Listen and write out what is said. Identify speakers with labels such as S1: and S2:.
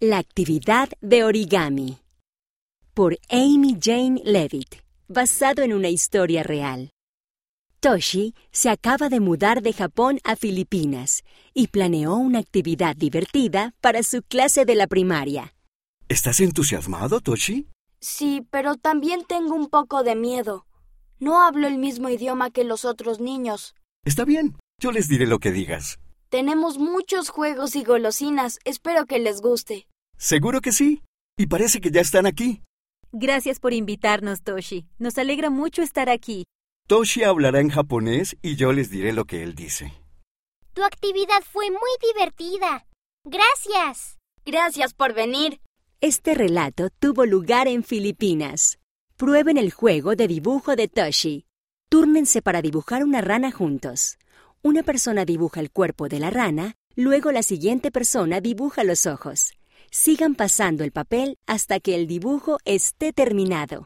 S1: La actividad de origami. Por Amy Jane Levitt. Basado en una historia real. Toshi se acaba de mudar de Japón a Filipinas y planeó una actividad divertida para su clase de la primaria.
S2: ¿Estás entusiasmado, Toshi?
S3: Sí, pero también tengo un poco de miedo. No hablo el mismo idioma que los otros niños.
S2: Está bien, yo les diré lo que digas.
S3: Tenemos muchos juegos y golosinas. Espero que les guste.
S2: Seguro que sí. Y parece que ya están aquí.
S4: Gracias por invitarnos, Toshi. Nos alegra mucho estar aquí.
S2: Toshi hablará en japonés y yo les diré lo que él dice.
S5: Tu actividad fue muy divertida. Gracias.
S3: Gracias por venir.
S1: Este relato tuvo lugar en Filipinas. Prueben el juego de dibujo de Toshi. Túrnense para dibujar una rana juntos. Una persona dibuja el cuerpo de la rana, luego la siguiente persona dibuja los ojos. Sigan pasando el papel hasta que el dibujo esté terminado.